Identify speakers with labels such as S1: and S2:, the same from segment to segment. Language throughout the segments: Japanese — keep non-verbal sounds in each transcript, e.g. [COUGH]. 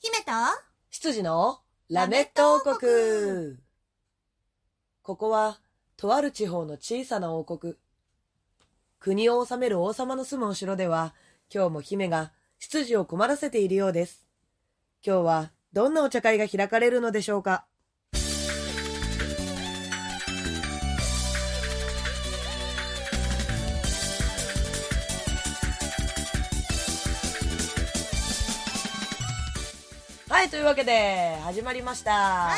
S1: 姫とは
S2: 羊のラメット王国ここは、とある地方の小さな王国。国を治める王様の住むお城では、今日も姫が執事を困らせているようです。今日は、どんなお茶会が開かれるのでしょうかはい、というわけで、始まりました。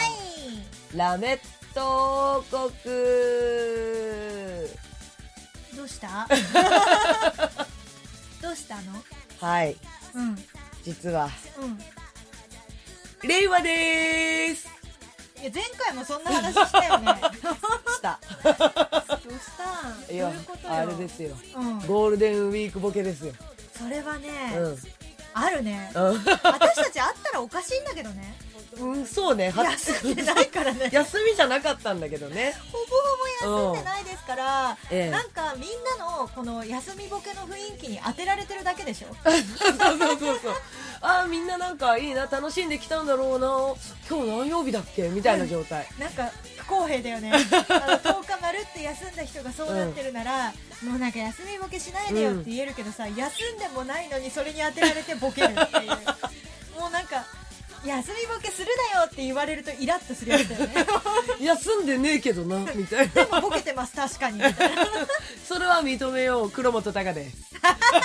S1: い
S2: ラメット王国
S1: どうした [LAUGHS] どうしたの
S2: はい、
S1: うんうん
S2: 実は、令和でーす
S1: いや前回もそんな話したよね
S2: した。
S1: どうしたん
S2: いや
S1: どういうこと、よ
S2: あれですよ。
S1: うん
S2: ゴールデンウィークボケですよ。
S1: それはね、
S2: う
S1: あるね
S2: ん。
S1: 私たち会ったらおかしいんだけどね
S2: うん、うん、そうね。 [LAUGHS] は
S1: 休んでないからね
S2: 休みじゃなかったんだけどね。
S1: ほぼほぼ休んでないですから、
S2: ええ
S1: なんかみんなのこの休みボケの雰囲気に当てられてるだけでしょ
S2: そうそうそうそう。あーみんななんかいいな、楽しんできたんだろうな。今日何曜日だっけみたいな状態。
S1: なんか不公平だよ [LAUGHS] ねあの10日まるって休んだ人がそうなってるなら、もうなんか休みボケしないでよって言えるけどさ、休んでもないのにそれに当てられてボケるっていう [LAUGHS] もうなんか休みボケするなよって言われるとイラッとするやつだよ [LAUGHS] ね
S2: 休んでねえけどな、みたい
S1: で
S2: な。
S1: もボケてます確 [LAUGHS] かにみたいな
S2: それは認めよう。黒本隆です。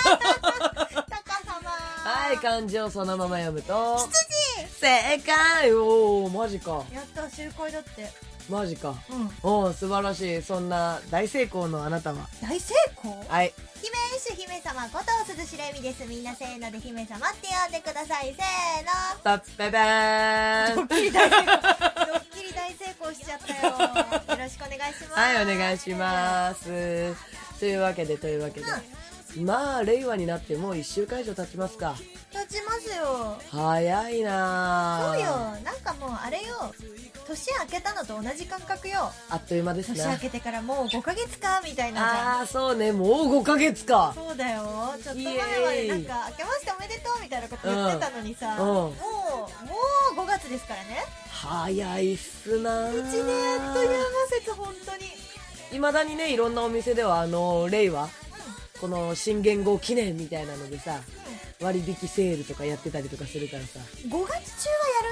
S1: 高様
S2: はい、漢字をそのまま読むと。
S1: 羊
S2: 正解おー、マジか。
S1: やった集会だって
S2: マジか。
S1: うん
S2: おー、素晴らしい。そんな大成功のあなたは。
S1: 大成功
S2: はい。
S1: 姫主姫様こと鈴しれみですみんなせーので姫様って呼んでくださいせー
S2: たっぺぺー
S1: [LAUGHS] のド
S2: ん。
S1: ッキリ大成功ドッキリ大成功しちゃったよよろしくお願いします
S2: はい、お願いします。というわけで、というわけで。まあ、令和になってもう1週間以上経ちますか。
S1: 立ちますよ
S2: 早いな
S1: そ
S2: あ
S1: うよなんかもうあれよ年明けたのと同じ感覚よ
S2: あっという間です
S1: 年明
S2: ね。
S1: けてからもう5ヶ月かみたいな
S2: あー、そうね。もう5ヶ月か
S1: じ。ゃんそうだよちょっと前ま
S2: イエーイ
S1: でなんか明けましておめでとうみたいなこと言ってたのにさ、
S2: うんうん
S1: もうもう5月ですからね
S2: 早いっすな
S1: 1年あっという間説本当に
S2: いまだにねいろんなお店ではあの令和この新元号記念みたいなのでさ割引セールとかやってたりとかするからさ
S1: 5月中はや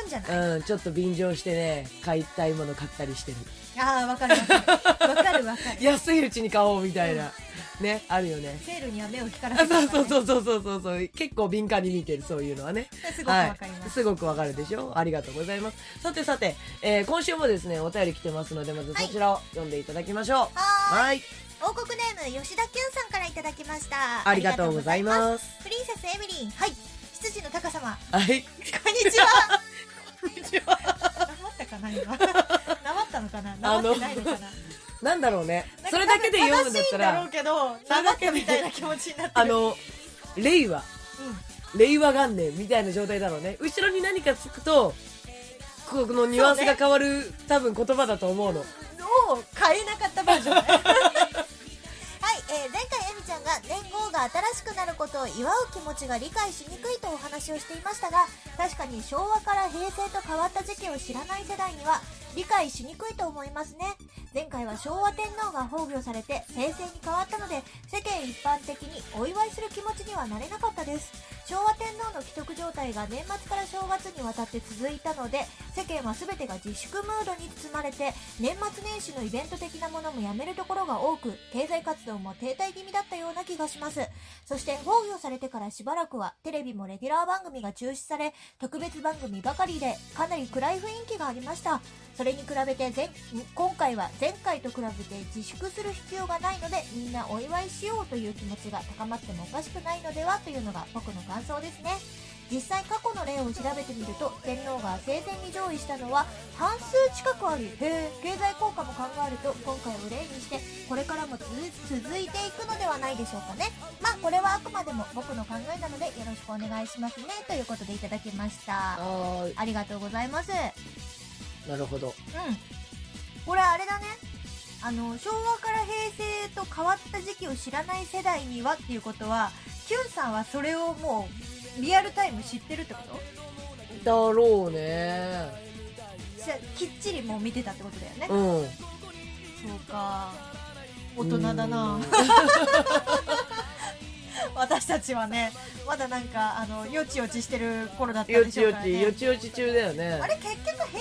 S1: るんじゃない
S2: うんちょっと便乗してね買いたいもの買ったりしてる
S1: ああわかるわかる [LAUGHS] わかるわかる
S2: [LAUGHS] 安いうちに買おうみたいなねあるよね
S1: セールには目を光ら
S2: あ
S1: せて
S2: そうそう
S1: う
S2: そうそうそうそうそう結構敏感に見てるそういうのはね
S1: すごくわかります
S2: はい、すごくわかるでしょありがとうございますさてさて、えー今週もですねお便り来てますのでまずそちらを読んでいただきましょう
S1: はーい
S2: はい
S1: 王国ネーム吉田きゅんさんからいただきました
S2: ありがとうござい
S1: ありがとう
S2: ます
S1: ございますプリンセスエミリンはい羊の高様
S2: はい
S1: こんにちはこんにちはなったかな今なったのかななってないのかな
S2: なんだろうね。それだけで読むんだった
S1: なん
S2: ら、
S1: か多分正しいんだろうけど
S2: そ
S1: な
S2: れだ
S1: った
S2: けで
S1: みたいな気持ちになってる
S2: あの、令和、
S1: うん
S2: 令和元年みたいな状態だろうね。後ろに何かつくと、このニュアンスが変わる、多分言葉だと思うの。
S1: を買えなかったバージョン [LAUGHS] はい、えー前回エミちゃんが年号が新しくなることを祝う気持ちが理解しにくいとお話をしていましたが確かに昭和から平成と変わった時期を知らない世代には理解しにくいと思いますね前回は昭和天皇が崩御されて平成に変わったので世間一般的にお祝いする気持ちにはなれなかったです昭和天皇の既得状態が年末から正月にわたって続いたので世間は全てが自粛ムードに包まれて年末年始のイベント的なものもやめるところが多く経済活動も停滞気味だったような気がしますそして崩御されてからしばらくはテレビもレギュラー番組が中止され特別番組ばかりでかなり暗い雰囲気がありましたそれに比べて前ん今回は前回と比べて自粛する必要がないのでみんなお祝いしようという気持ちが高まってもおかしくないのではというのが僕の感想ですね実際過去の例を調べてみると天皇が生前に上位したのは半数近くありへえ経済効果も考えると今回を例にしてこれからも続続いていくのではないでしょうかねまあこれはあくまでも僕の考えなのでよろしくお願いしますねということでいただきました
S2: あ
S1: ありがとうございます
S2: ー、なるほど。
S1: うんこれあれだねあの昭和から平成と変わった時期を知らない世代にはっていうことは Q さんはそれをもうリアルタイム知ってるってこと
S2: だろうね
S1: じゃあきっちりもう見てたってことだよね、
S2: うん
S1: そうか大人だな [LAUGHS] 私たちはねまだなんかあのよちよちしてる頃だっ
S2: う
S1: た
S2: ん
S1: ん
S2: よ
S1: で
S2: ち
S1: しょう
S2: よ
S1: から、
S2: ち
S1: ね、
S2: よちよち中だよね
S1: あれ結局平成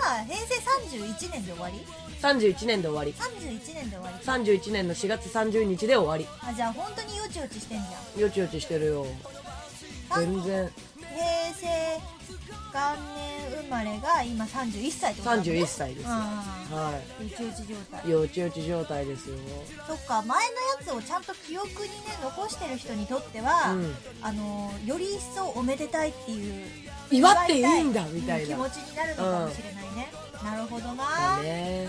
S1: は平成31年で終わり
S2: 31年で終わり
S1: ?31 年で終わり
S2: 31年の4月30日で終わ
S1: あじゃあ本当によちよちしてんじ
S2: りよちよちしてるよ
S1: ゃん
S2: 全然
S1: 平成元年生まれが今31歳ってことだもんね
S2: 31歳です
S1: ああ
S2: は
S1: よちよち状態
S2: いよちよち状態ですよ
S1: そっか前のやつをちゃんと記憶にね残してる人にとっては、
S2: うん
S1: あのより一層おめでたいっていう
S2: 祝っていいんだみた
S1: う
S2: い
S1: ん気
S2: な
S1: 持ちになるのかもしれないね、なるほどな、
S2: だね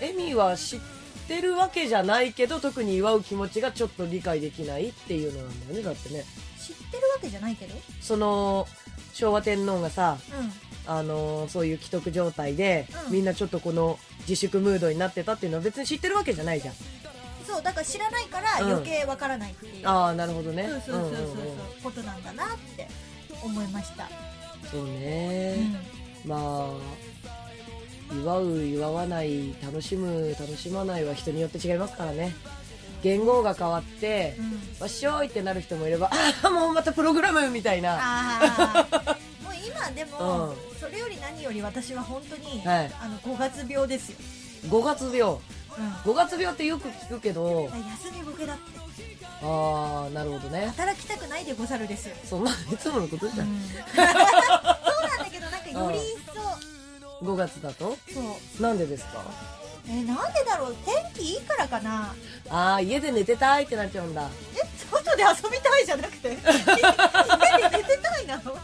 S2: エミは知ってるわけじゃないけど特に祝う気持ちがちょっと理解できないっていうのなんだよねだってね
S1: 知ってるわけじゃないけど
S2: その昭和天皇がさ
S1: うん
S2: あのーそういう既得状態で、
S1: うん
S2: みんなちょっとこの自粛ムードになってたっていうのは別に知ってるわけじゃないじゃん
S1: そうだから知らないから
S2: うん
S1: 余計わからないっていう、
S2: ああなるほどね
S1: そうそうそうそうそう
S2: うんうんうん
S1: ことなんだなって思いました、
S2: そう
S1: う
S2: ね、
S1: ん、
S2: まあ祝う祝わない楽しむ楽しまないは人によって違いますからね言語が変わって
S1: うん、
S2: 「わっしょーい!」ってなる人もいれば「 [LAUGHS] ああもうまたプログラム!」みたいな
S1: ああ
S2: [LAUGHS]
S1: もう今でも、
S2: う
S1: それより何より私は本当に、
S2: はい
S1: あの5月病ですよ、
S2: 5月
S1: う
S2: 病
S1: ん
S2: 5月病ってよく聞くけど
S1: 休みボケだって
S2: ああなるほどね
S1: 働きたくないでござるですよ、
S2: そんないつものことじゃん
S1: [LAUGHS] そうなんだけどなんかより一層
S2: 5月だと
S1: そう
S2: なんでですか
S1: えなんでだろう天気いいからかな
S2: ああ家で寝てたいってなっちゃうんだ
S1: え外で遊びたいじゃなくて
S2: [LAUGHS]
S1: 家で寝てたいなの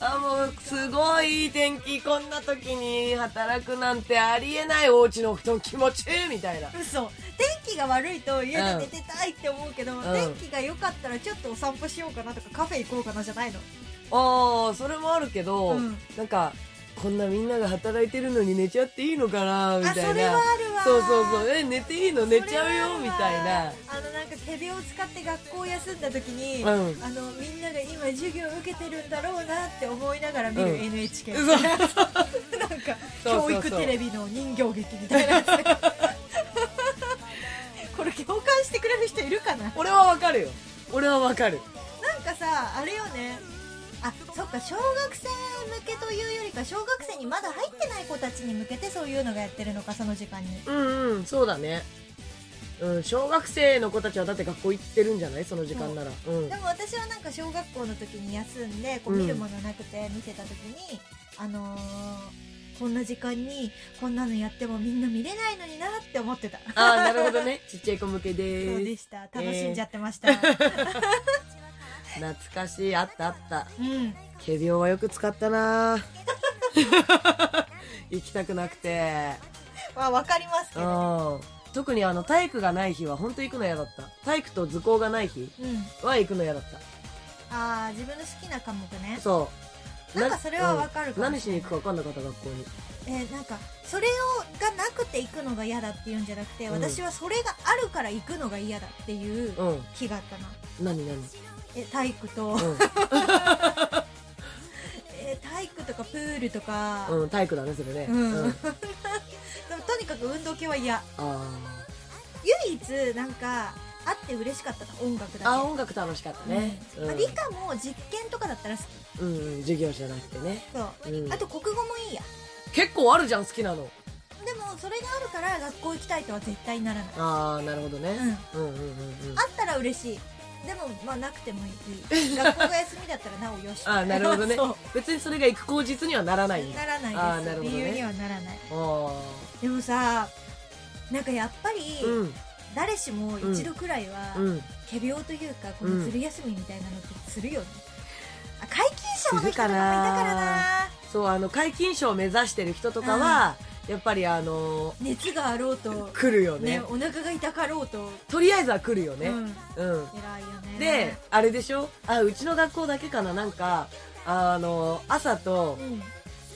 S2: あーもうすごいいい天気こんな時に働くなんてありえないお家のお布団気持ちいいみたいな
S1: 嘘天気が悪いと家で寝てたいって思うけど、
S2: ん
S1: 天気が良かったらちょっとお散歩しようかなとかカフェ行こうかなじゃないの
S2: ああそれもあるけど、
S1: うん
S2: なんかこんなみんなが働いてるのに寝ちゃっていいのかなみたいな
S1: あそれはあるわ
S2: そうそうそうえ寝ていいの寝ちゃうよみたいな
S1: あのなんか手病を使って学校を休んだ時に、
S2: うん
S1: あのみんなが今授業を受けてるんだろうなって思いながら見る
S2: うん
S1: NHK、
S2: そう
S1: なんか
S2: そうそ
S1: 教
S2: う
S1: 育テレビの人形劇みた
S2: [LAUGHS]
S1: いなやつこれ共感してくれる人いるかななん
S2: 俺はわかるよ俺はわかる
S1: かさあれよねあそっか小学生向けというよりか小学生にまだ入ってない子たちに向けてそういうのがやってるのかその時間に
S2: うんうんそうだねうん小学生の子たちはだって学校行ってるんじゃないその時間ならうん
S1: でも私はなんか小学校の時に休んでこう
S2: うん
S1: 見るものなくて見てた時に、あのーこんな時間にこんなのやってもみんな見れないのになって思ってた
S2: ああなるほどねちっちゃい子向け
S1: そう
S2: で
S1: ですした楽しんじゃってま
S2: [LAUGHS]
S1: した、
S2: 懐かしいあったあった
S1: うん
S2: 仮病はよく使ったな
S1: [LAUGHS]
S2: 行きたくなくて
S1: まあわかりますけど
S2: うん特にあの体育がない日は本当行くの嫌だった体育と図工がない日
S1: うん
S2: は行くの嫌だった
S1: ああ自分の好きな科目ね
S2: そう
S1: なんかそれはわかるかも
S2: うん何しに行くか分かんなかった学校に
S1: えーなんかそれをがなくて行くのが嫌だっていうんじゃなくて、
S2: うん
S1: 私はそれがあるから行くのが嫌だっていう
S2: うん
S1: 気があったな
S2: 何何
S1: え体育と、 [LAUGHS] えー体育とかプールとか、
S2: うん、うん、体育だねそれね
S1: [LAUGHS] うん
S2: あ
S1: でもとにかく運動系は嫌
S2: あ
S1: 唯一なんかあって嬉しかったの音楽
S2: あ
S1: だ
S2: 音楽楽しかった
S1: け、ね
S2: ね、うん
S1: まあ、理科も実験とかだったら好き
S2: うんうん、授業じゃなくてね、
S1: そう
S2: うん、
S1: あと国語もいいや
S2: 結構あるじゃん好きなの
S1: でもそれがあるから学校行きたいとは絶対ならない
S2: ああなるほどね、うん、うんうんうん
S1: あったら嬉しいでもまあなくてもいい学校が休みだったらなおよし
S2: ああなるほどね
S1: [LAUGHS] そう
S2: 別にそれが行く口実にはならないんだ
S1: ならないです
S2: あーなるほどね
S1: 理由にはならない
S2: ああ
S1: でもさなんかやっぱり、
S2: うん
S1: 誰しも一度くらいは、
S2: うん
S1: 仮病というかこ
S2: う
S1: の
S2: ん
S1: ずる休みみたいなのってするよね、あ皆勤賞の人
S2: する
S1: とか
S2: か
S1: もいたか
S2: な
S1: らな
S2: そうあの皆勤賞を目指してる人とかは、やっぱりあの
S1: 熱があろうと、
S2: 来るよね
S1: ね、お腹が痛かろうと、
S2: とりあえずは来るよね
S1: う、ん、
S2: うん
S1: 偉いよね
S2: であれでしょあうちの学校だけかななんかあの朝と
S1: うん、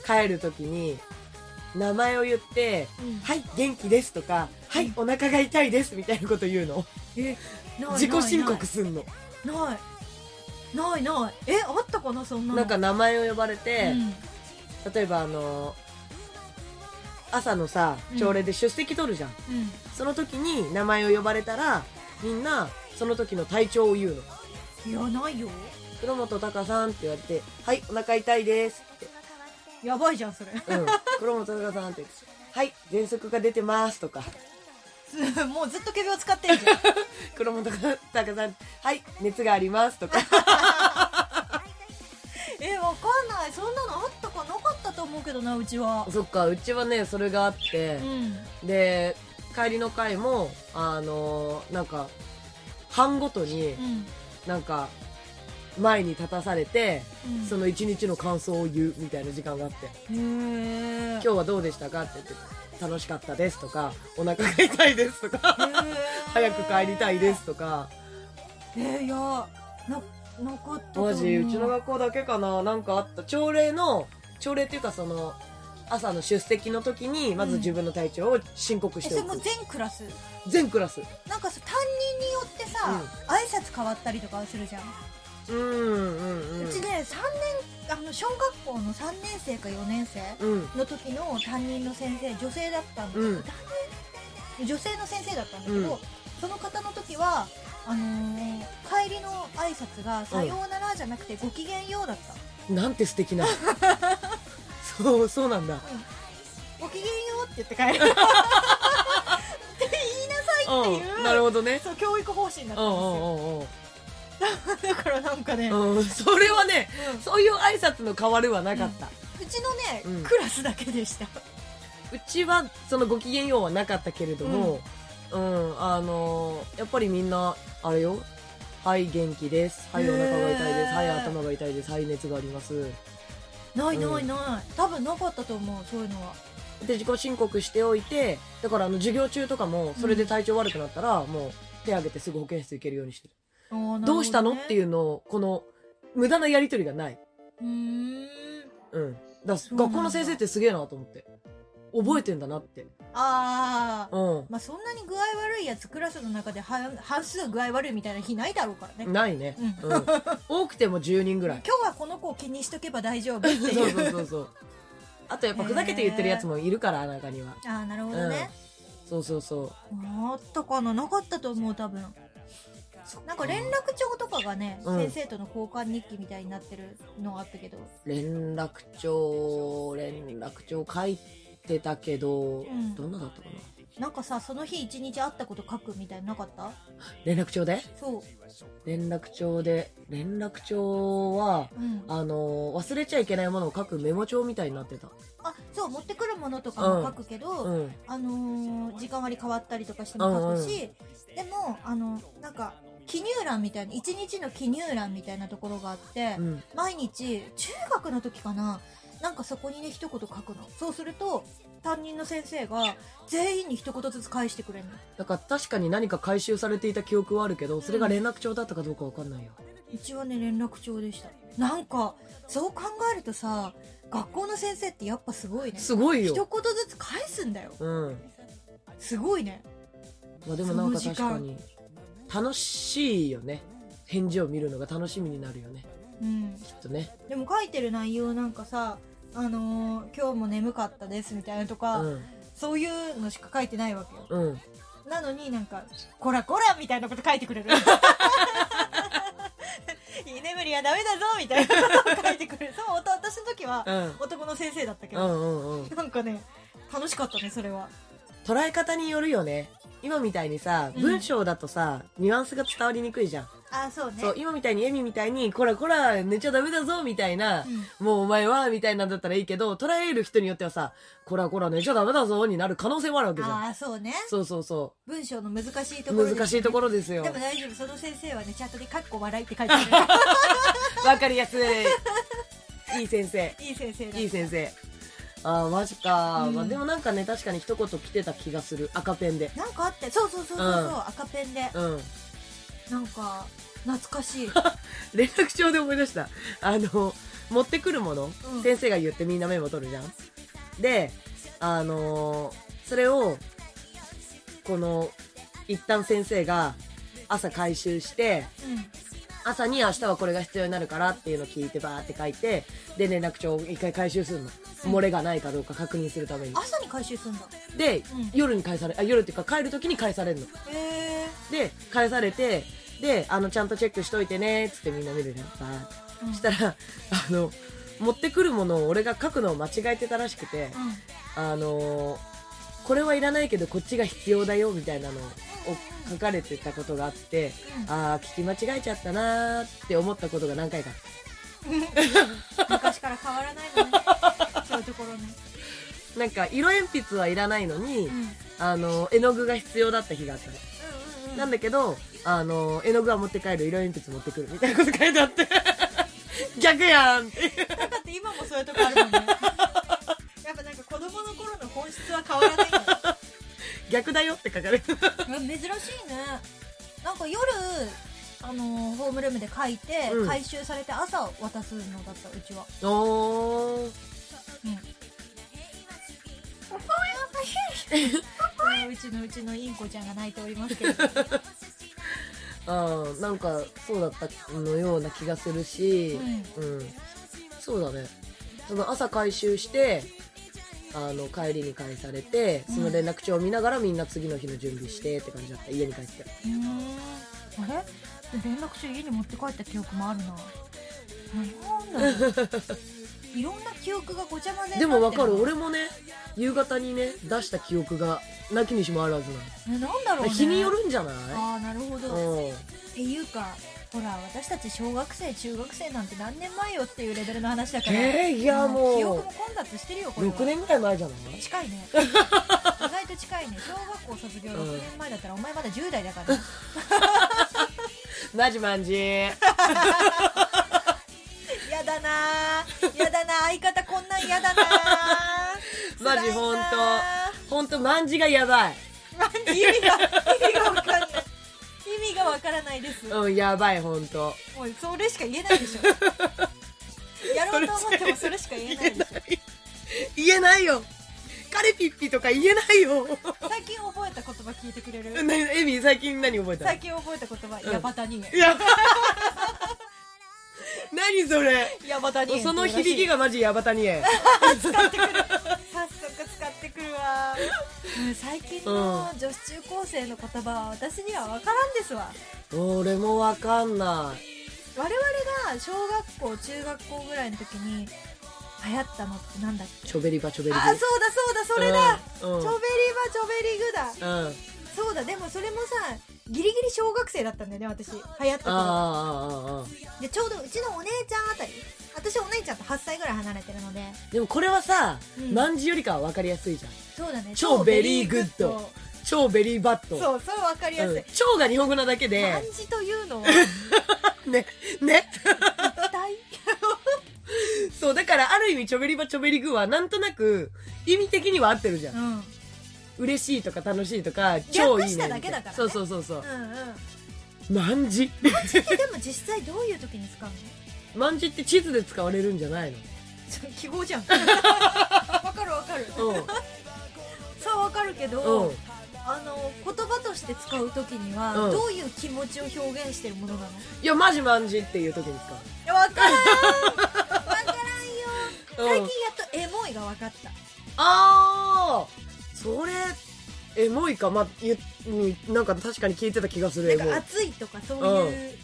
S2: 帰る時に名前を言って、
S1: うん
S2: はい、元気ですとか、はい、お腹が痛いですみたいなこと言うの。
S1: えない
S2: 自己申告すんの。
S1: ないないないえあったかなそんなの
S2: なんか名前を呼ばれ
S1: う
S2: て、
S1: ん
S2: 例えばあの、朝のさ
S1: う、ん
S2: 朝礼で出席取るじゃん。
S1: うん
S2: その時に名前を呼ばれたら、みんな、その時の体調を言うの。
S1: いやないよ
S2: 黒本隆さんって言われて、はい、お腹痛いですって。
S1: やばいじゃんそれ [LAUGHS]
S2: [LAUGHS] うん、黒本隆さんって言って、はい、喘息が出てますとか、
S1: もうずっと仮病使ってんじゃん [LAUGHS]
S2: 黒本隆さん、はい、熱がありますとか、
S1: えわかんないそんなのあったかなかったと思うけどなうちは
S2: [LAUGHS] そっか、うちはね、それがあって
S1: う、ん
S2: で、帰りの会も、あのーなんか、班ごとに
S1: う、ん
S2: なんか、前に立たされて、
S1: うん
S2: その一日の感想を言うみたいな時間があって、
S1: へえ
S2: 今日はどうでしたかって言って、楽しかったですとか、お腹が痛いですとか、 [LAUGHS] 早く帰りたいですとか、
S1: えー、いやななかったと思
S2: マジうちの学校だけかななんかあった朝礼の朝礼っていうかその朝の出席の時にまず自分の体調を申告し
S1: え
S2: て
S1: それも
S2: おく、
S1: う全クラス
S2: 全クラス
S1: なんかさ担任によってさ、
S2: うん
S1: 挨拶変わったりとかするじゃん、
S2: うんうん
S1: う
S2: うん
S1: ちね3年あの小学校の3年生か4年生
S2: うん
S1: の時の担任の先生女性だったんだけど、
S2: うん
S1: 担任女性の先生だったんだけど、
S2: うん
S1: その方の時はあのー帰りの挨拶が「さようなら」じゃなくて「ごきげんよう」だった、
S2: なんて素敵 [LAUGHS] なそうそうなんだ
S1: ごきげんようって言って
S2: [LAUGHS]
S1: 帰るって言いなさいっていう、
S2: うんなるほどね
S1: そう教育方針だっ
S2: う
S1: た
S2: ん
S1: んです
S2: う
S1: よ、
S2: んうん
S1: だからなんかね、う
S2: うんうんそれはね
S1: ん
S2: そういう挨拶の変わるはなかった、
S1: うちのね、
S2: うん
S1: クラスだけでした
S2: うちはそのご機嫌ようはなかったけれども、うん、あのーやっぱりみんな、あれよ、はい、元気です、はい、お腹が痛いで
S1: へ
S2: す、
S1: ー
S2: はい、頭が痛いです、はい、熱があります。
S1: ないないない、多分なかったと思うそういうのは
S2: で、自己申告しておいて、だからあの授業中とかも、それで体調悪くなったら、もう手挙げてすぐ保健室行けるようにしてる。
S1: あーなるほね
S2: どうしたのっていうのを、この、無駄なやりとりがない。
S1: うーん
S2: うん。だか
S1: そう
S2: ら
S1: なんだ
S2: 学校の先生ってすげえなと思って。覚えてんだなって。
S1: ああ
S2: う
S1: まあそんなに具合悪いやつクラスの中で半半数具合悪いみたいな日ないだろうからね、
S2: ん。ないね。
S1: う
S2: うん。多くても10人ぐらい
S1: 今。日はこの子を気にしとけば大丈夫って
S2: [LAUGHS] そ
S1: いうう
S2: そうそうそう。あとやっぱふざけて言ってるやつもいるから、中には。
S1: ああなるほどね、
S2: そうそうそう。
S1: あったかななかったと思う多分なんか連絡帳とかがね、
S2: うん
S1: 先生との交換日記みたいになってるのがあったけど
S2: 連絡帳、連絡帳書いてたけど、
S1: ん
S2: どんなだったかな
S1: なんかさその日一日会ったこと書くみたいなのなかった
S2: 連絡帳で
S1: そう
S2: 連絡帳で、連絡帳は、
S1: うん
S2: あの、忘れちゃいけないものを書くメモ帳みたいになってた。
S1: あそう持ってくるものとかも書くけど、
S2: うん。
S1: あのー時間割り変わったりとかしても書くし、でもあのなんか記入欄みたいな一日の記入欄みたいなところがあって、
S2: うん。
S1: 毎日中学の時かななんかそこにね一言書くのそうすると担任の先生が全員に一言ずつ返してくれるの
S2: だから確かに何か回収されていた記憶はあるけど、それが連絡帳だったかどうかわかんないよ。
S1: うちはね連絡帳でしたなんかそう考えるとさ学校の先生ってやっぱすごいね
S2: すごい
S1: 一言
S2: よ。
S1: ずつ返すんだよ
S2: うん。
S1: すごいね
S2: まあでもなんか
S1: その
S2: 確
S1: 時間
S2: かに楽しいよね返事を見るのが楽しみになるよね
S1: うん
S2: きっとね
S1: でも書いてる内容なんかさ「あのー今日も眠かったです」みたいなと
S2: う
S1: か、
S2: ん
S1: そういうのしか書いてないわけよ
S2: うん
S1: なのになんか「こらこら」みたいなこと書いてくれる [LAUGHS] 居眠りはダメだぞみたいなことを書いてくれるそうおと私の時は
S2: うん
S1: 男の先生だったけ
S2: う
S1: ど、
S2: んうんうん
S1: なんかね楽しかったねそれは
S2: 捉え方によるよね今みたいにさ
S1: うん
S2: 文章だとさ、ニュアンスが伝わりにくいじゃん、
S1: ああそうね
S2: そう今みたいにエミみたいにこらこら寝ちゃダメだぞみたいな、
S1: うん
S2: もうお前はみたいなんだったらいいけど捉える人によってはさこらこら寝ちゃダメだぞになる可能性もあるわけじゃん
S1: ああそうね
S2: そうそうそ
S1: 文章の難しいと
S2: う
S1: ころです
S2: 難しいところですよ
S1: でも大丈夫その先生はねチャットで「かっこ笑い」って書いてくれ [LAUGHS]
S2: わかりやすいいい先生
S1: るいい先生だ
S2: いい先生。ああ、マジか、
S1: うん
S2: まあでもなんかね、確かに一言来てた気がする。赤ペンで。
S1: なんかあってそうそうそうそうそう、
S2: うん
S1: 赤ペンで
S2: うん。
S1: なんか懐か [LAUGHS] しい
S2: 連絡帳で思い出した。あの、持ってくるもの、
S1: うん
S2: 先生が言ってみんなメモ取るじゃん。で、あのーそれを、この、一旦先生が朝回収して、朝に明日はこれが必要になるからっていうのを聞いてバーって書いて、で、連絡帳を一回回収するの。漏れがないかどうか確認するために。
S1: 朝に回収すんだ
S2: で、
S1: うん
S2: 夜に返され、あ、夜っていうか帰る時に返されるの。
S1: へえ、
S2: で、返されて、で、あの、ちゃんとチェックしといてね、つってみんな見るじゃん。バーって
S1: うん、
S2: したら、あの、持ってくるものを俺が書くのを間違えてたらしくて、
S1: うん
S2: あのーこれはいらないけどこっちが必要だよみたいなのを書かれてたことがあって、
S1: うん
S2: ああ、聞き間違えちゃったなーって思ったことが何回かあった。
S1: 昔から変わらないも [LAUGHS] んねそういうところね、
S2: なんか、色鉛筆はいらないのに、
S1: うん、うんうん
S2: あのー絵の具が必要だった日があったの。
S1: うん
S2: なんだけど、あのー絵の具は持って帰る、色鉛筆持ってくるみたいなこと書いてあって、 [LAUGHS] 逆やんって。
S1: だって今もそういうとこあるもん [LAUGHS] ねやっぱなんか子供の頃の本質は変わらないんだ
S2: 逆だよって書か
S1: [LAUGHS]
S2: れる。
S1: 珍しいねなんか夜あのホームルームで書いて、
S2: うん
S1: 回収されて朝渡すのだったうちは
S2: おー。
S1: うん [LAUGHS] うちのうちのインコちゃんが泣いておりますけれど、
S2: あーなんかそうだったのような気がするし、うんそうだねその朝回収してあの帰りに返されて
S1: うん
S2: その連絡帳を見ながらみんな次の日の準備してって感じだった家に帰って
S1: うん、あれ連絡書家に持って帰った記憶もあるななんだろういろんな記憶がごちゃ混ぜになって
S2: でもわかる
S1: ね
S2: 俺もね夕方にね出した記憶がなきにしもあるはずなの
S1: なんだろう、ね、
S2: 日によるんじゃない
S1: ああなるほど、
S2: うん
S1: っていうかほら私たち小学生中学生なんて何年前よっていうレベルの話だから
S2: えーいやもう
S1: 記憶も混雑してるよこれは
S2: 6年ぐらい前じゃない
S1: 近いね
S2: [LAUGHS]
S1: 意外と近いね小学校卒業6年前だったらお前まだ10代だからね、
S2: マジマンジ
S1: やだなーやだなー相方こんなんやだなー
S2: [LAUGHS] マジほんとほんとマンジがやばい
S1: 当意味が意味がわかんない意味がわからないです
S2: うんやばいほんと
S1: もうそれしか言えないでしょやろうと思ってもそれしか言えないでしょ
S2: 言えないよカレピッピとか言えないよ [LAUGHS]
S1: 最近覚えた言葉聞いてくれる
S2: なエミ最近何覚えた
S1: 最近覚えた言葉、
S2: ん
S1: ヤバタニ
S2: いや [LAUGHS] 何それ
S1: エヤバタニエ
S2: その響きがマジヤバタニエ
S1: 早速使ってくるわうん最近の女子中高生の言葉は私には分からんですわ
S2: [LAUGHS] 俺もわかんない
S1: 我々が小学校中学校ぐらいの時に流行ったのってなんだっけ
S2: ちょべりばちょべり
S1: あそうだそうだそれだ、
S2: うんうん
S1: チョベリバチョベリグだ
S2: うんあ
S1: そうだでもそれもさギリギリ小学生だったんだよね私流行った
S2: あ
S1: 頃
S2: ああああ
S1: でちょうどうちのお姉ちゃんあたり私お姉ちゃんと8歳ぐらい離れてるので
S2: でもこれはさ、
S1: うん
S2: マンジよりかはわかりやすいじゃん
S1: そうだね
S2: 超ベリーグッ
S1: 超ベリーグ
S2: ド超ベリーバット
S1: そうそれ分かりやすい、
S2: うん超が日本語なだけで
S1: [LAUGHS] 漢字という
S2: [LAUGHS]
S1: のは
S2: ねね
S1: 一体
S2: [LAUGHS] そうだからある意味ちょべりばちょべりぐはなんとなく意味的には合ってるじゃん
S1: うん、
S2: [LAUGHS]
S1: うん
S2: 嬉しいとか楽しいとか超いい
S1: 略
S2: ね
S1: しただけだからね
S2: そうそうそうそう
S1: うん
S2: まんじ
S1: えでも実際どういう時に使
S2: [LAUGHS]
S1: うの
S2: まんじって地図で使われるんじゃない
S1: [LAUGHS] それ記号
S2: [LAUGHS]
S1: じゃんわかるわかる
S2: のうん
S1: そうわかるけ
S2: うん
S1: どあの言葉として使う時には、
S2: うん
S1: どういう気持ちを表現してるものなの
S2: いやマジまんじっていう時に使
S1: いやわからんわからんよ
S2: う、
S1: 最近
S2: う
S1: や
S2: ん、
S1: っとエモいが分かった
S2: あーそれエモいかまあゆうんなんか確かに聞いてた気がするエ
S1: な
S2: モ
S1: ん
S2: い
S1: か熱いとかそういう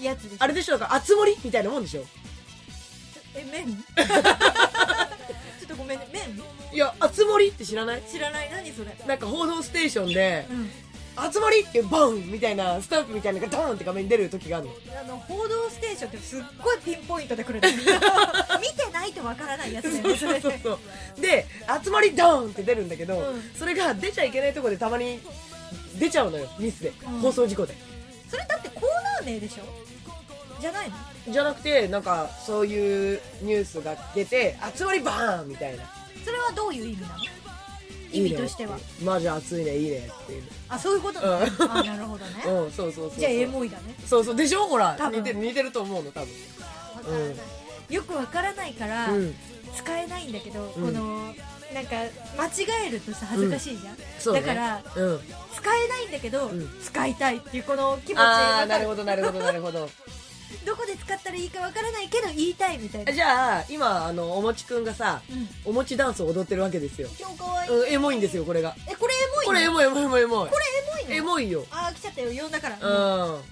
S1: うやつでしょ
S2: あれでしょだから熱盛みたいなもんでしょ
S1: え麺 [LAUGHS] ちょっとごめんね麺
S2: いや熱盛って知らない
S1: 知らない何それ
S2: なんか報道ステーションで
S1: うん
S2: 「熱盛!」っていうバンみたいなスタンプみたいなのがドーンって画面に出る時があるの
S1: あの「報道ステーション」ってすっごいピンポイントで来る
S2: [LAUGHS]
S1: の見てないとわからないやつだよ
S2: そう
S1: ねそ
S2: そう
S1: れ
S2: そうそうで集まりドーンって出るんだけど、
S1: うん
S2: それが出ちゃいけないとこでたまに出ちゃうのよミスで、
S1: うん
S2: 放送事故で
S1: それだってコーナー名でしょじゃないの
S2: じゃなくてなんかそういうニュースが出て集まりバーンみたいな
S1: それはどういう意味なの意
S2: いい
S1: 味
S2: ね
S1: としては
S2: っていうマジ熱いねいいねっていう
S1: あそういうことね、
S2: うん
S1: あなるほどね、
S2: うんそうそうそうそう
S1: じゃあエモいだね
S2: そうそうでしょほら
S1: 多分
S2: 似てる似てると思うの多分
S1: わからない、よくわからないから
S2: うん
S1: 使えないんだけど、
S2: ん
S1: このなんか間違えるとさ恥ずかしいじゃん、
S2: そうね
S1: だから
S2: うん
S1: 使えないんだけど、
S2: うん
S1: 使いたいっていうこの気持ち
S2: あ
S1: わ
S2: あ
S1: か
S2: なるほどなるほどなるほど
S1: どこで使ったらいいかわからないけど言いたいみたいな、
S2: [LAUGHS] じゃあ今あのおもちくんがさ
S1: うん、
S2: おもちダンスを踊ってるわけですよ、
S1: 今日かわいい、
S2: うん、エモいんですよこれが
S1: えこれエ
S2: こ
S1: モい
S2: れエ
S1: の
S2: モいエモいエモいエモい
S1: これエモいの
S2: エモいよ
S1: ああ来ちゃったよ呼んだから、
S2: うん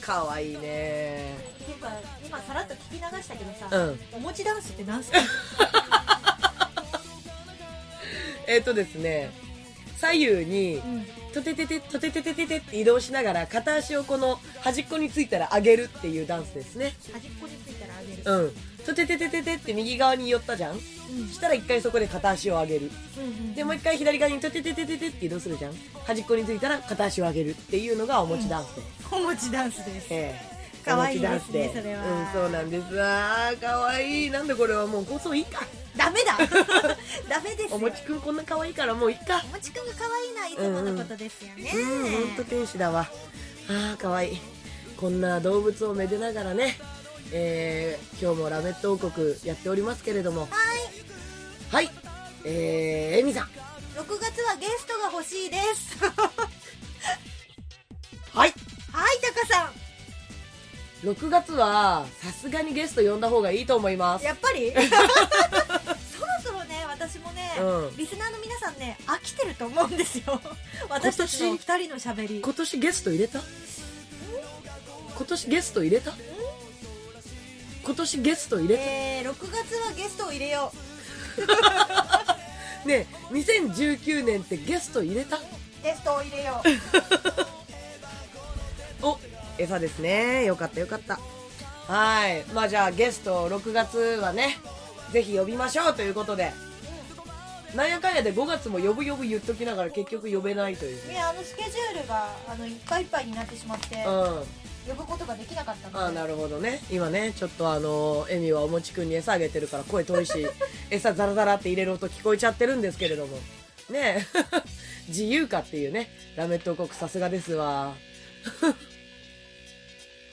S2: かわいいね
S1: ていうか今さらっと聞き流したけどさ、
S2: うん
S1: お餅ダンスって何すか
S2: えっ、とですね左右に
S1: うん
S2: トテテテトテテテテテって移動しながら片足をこの端っこについたら上げるっていうダンスですね
S1: 端っこについたらあげる
S2: うんトテテテテテって右側に寄ったじゃん
S1: うん
S2: そしたら一回そこで片足を上げる
S1: うんうん
S2: でもう一回左側にトテテテテテって移動するじゃん端っこについたら片足を上げるっていうのがお餅ダン
S1: [LAUGHS]
S2: スです、
S1: お餅ダンスです
S2: ええ
S1: かわいいですね
S2: お餅ダンス
S1: それは
S2: うんそうなんですあーかわいいなんでこれはもうこそいいか
S1: ダ
S2: [LAUGHS]
S1: メだダメですよ
S2: おもちくんこんなかわいいからもういいか
S1: お餅くんが可愛いないつものことですよね、
S2: うんほんと天使だわあーかわいいこんな動物をめでながらねえー、今日もラメット王国やっておりますけれども
S1: はい
S2: はいえー、エミさん
S1: 6月はゲストが欲しいです
S2: [LAUGHS]
S1: はい
S2: はい
S1: タカさ
S2: 6月はさすがにゲスト呼んだ方がいいと思いま
S1: ん
S2: す
S1: やっぱりそろそろね私もね、
S2: うん
S1: リスナーの皆さんね飽きてると思うんですよ私たちの2人のしゃべり
S2: 今年ゲスト入れた今年ゲスト入れた今年ゲスト入れた
S1: えー、6月はゲストを入れよう
S2: ねえ2019年ってゲスト入れた
S1: ゲストを入れよう
S2: お餌ですねよかったよかったはいまあじゃあゲスト6月はねぜひ呼びましょうということでなんやかんやで5月も呼ぶ呼ぶ言っときながら結局呼べないという
S1: い
S2: ね
S1: やあのスケジュールがあのいっぱいいっぱいになってしまって
S2: うんあ
S1: 呼ぶことができなかったので
S2: あなるほどね今ねちょっとあのエミはおもちくんに餌あげてるから声遠いし餌ザラザラって入れる音聞こえちゃってるんですけれどもねえ [LAUGHS] 自由かっていうねラメット王国さすがですわ [LAUGHS]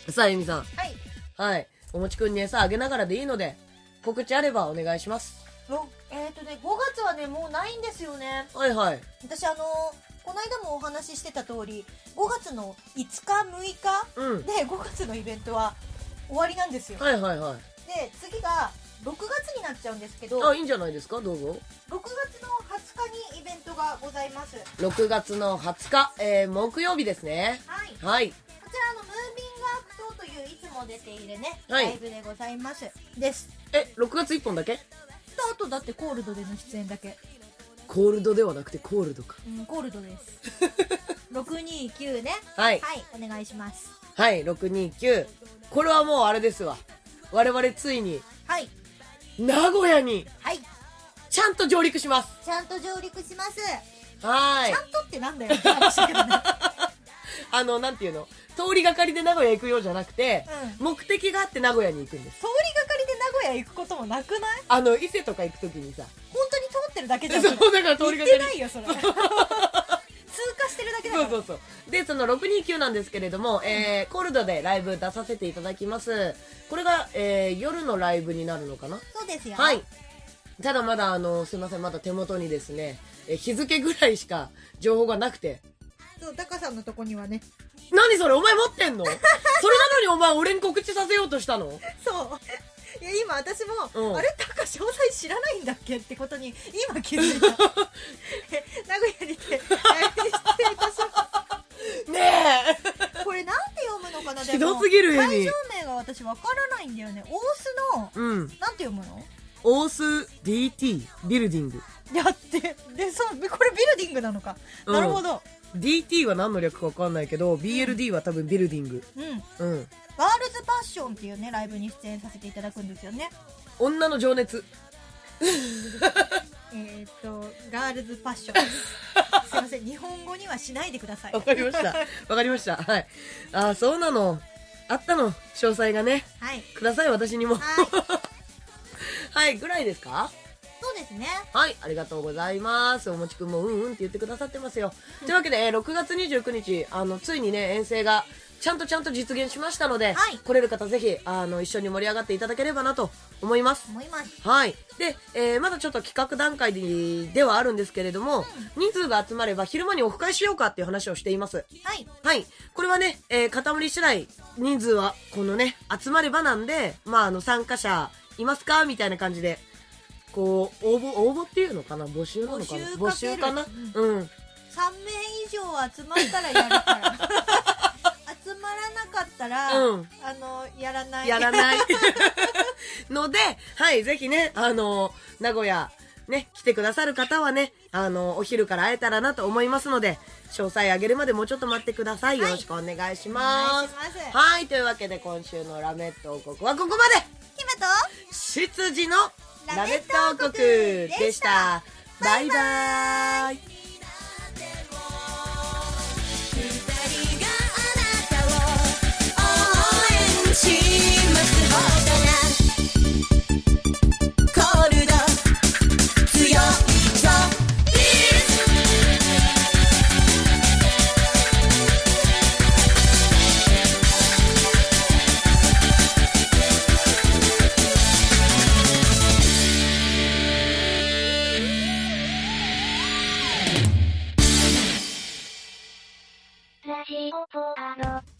S2: さあエミさん
S1: はい
S2: はい。おもちくんに餌あげながらでいいので、告知あればお願いします。
S1: ろえっ、とね5月はねもうないんですよね
S2: はいはい。
S1: 私あのこの間もお話ししてた通り5月の5日6
S2: うん。
S1: 日で5月のイベントは終わりなんですよで
S2: はいはいはい。
S1: 次が6月になっちゃうんですけど6
S2: あ、いいんじゃないですかどうぞ。
S1: 月の20日にイベントがございます
S2: 6月の20日、えー、木曜日ですね。
S1: はい
S2: はい。
S1: こちらのムービングアクトといういつも出ているね、
S2: はい
S1: ライブでございますです
S2: え、6月1本だけ
S1: あとだってコールドでの出演だけ、
S2: コールドではなくてコールドか。
S1: うん、コールドです629ね
S2: はい。
S1: はいお願いします
S2: はい、629。これはもうあれですわ。我々ついに、
S1: はい
S2: 名古屋に、
S1: はい
S2: ちゃんと上陸します。
S1: ちゃんと上陸します、
S2: はーい
S1: ちゃ。んとってなんだよって話だけどね
S2: あの、なんていうの通りがかりで名古屋行くようじゃなくて、
S1: う
S2: 目的があって名古屋に行くんです。
S1: 通りがかりで名古屋行くこともなくない
S2: あの伊勢とか行くときにさ
S1: 本当に通ってるだけじ
S2: そ
S1: ゃ
S2: うん
S1: それ
S2: だから通
S1: 行
S2: りが
S1: っ
S2: か
S1: て
S2: り
S1: ないよそれ [LAUGHS] 通過してるだけだから
S2: そうそうそうでその629なんですけれども、えーコールドでライブ出させていただきますこれが、えー夜のライブになるのかな
S1: そうですよ
S2: はいただまだあのすいませんまだ手元にですね、えー日付ぐらいしか情報がなくて
S1: そうタカさんのとこにはね
S2: 何それお前持ってんのそれなのにお前俺に告知させようとした
S1: そ
S2: の
S1: ういや今私も、
S2: うん
S1: あれタカ詳細知らないんだっけってことに今気づいたえ名古屋に来て大変失礼いたしま
S2: ね
S1: す [LAUGHS] これなんて読むのかな
S2: [LAUGHS] ひどすぎる
S1: でも
S2: エミ
S1: 会場名が私わからないんだよね大須の
S2: えうん
S1: なんて読むの
S2: オース DT ビルディング
S1: やってでそうこれビルディングなのか、
S2: うん
S1: なるほど
S2: DT は何の略か分かんないけど BLD は多分ビルディング
S1: うん
S2: うん
S1: ガールズパッションっていうねライブに出演させていただくんですよね
S2: 女の情熱
S1: えーっとガールズパッション
S2: [LAUGHS]
S1: ですすいません日本語にはしないでください
S2: わかりましたわかりましたはいああそうなのあったの詳細がね
S1: はい
S2: ください私にも
S1: はい
S2: はいぐらいですか
S1: そうですね
S2: はいありがとうございますおもちくんもうんうんって言ってくださってますよというわけでえー6月29日あのついにね遠征がちゃんとちゃんと実現しましたので、
S1: はい
S2: 来れる方ぜひ、あの、一緒に盛り上がっていただければなと思います。
S1: 思います
S2: はい。で、えーまだちょっと企画段階でではあるんですけれども、人数が集まれば昼間にオフ会しようかっていう話をしています。
S1: はい
S2: はい。これはね、えー、固まり次第、人数は、このね、集まればなんで、まあ、あの、参加者、いますかみたいな感じで、こう、応募、応募っていうのかな募集なのかな
S1: 募集かける
S2: かなうん。
S1: 3名以上集まったらやるから
S2: [LAUGHS]
S1: 集まらなかったら、
S2: うん
S1: あのやらない
S2: やらない
S1: [LAUGHS]
S2: ので、はい、ぜひね、あの、名古屋、ね、来てくださる方はね、あの、お昼から会えたらなと思いますので、詳細あげるまでもうちょっと待ってください。よ
S1: はい
S2: ろしくお願いし
S1: お願
S2: ま
S1: いしま
S2: す。
S1: す
S2: はい、というわけで今週のラメット王国はここまで
S1: 姫と
S2: 執事の
S1: ラ
S2: ラ
S1: メ
S2: メ
S1: ッ
S2: ッ
S1: ト
S2: ト
S1: 王
S2: 王
S1: 国
S2: 国
S1: で
S2: で
S1: し
S2: したた。バイバーイ。
S1: 二人があなたを応援しますほらコールド強いぞビ
S3: ラジオポアド。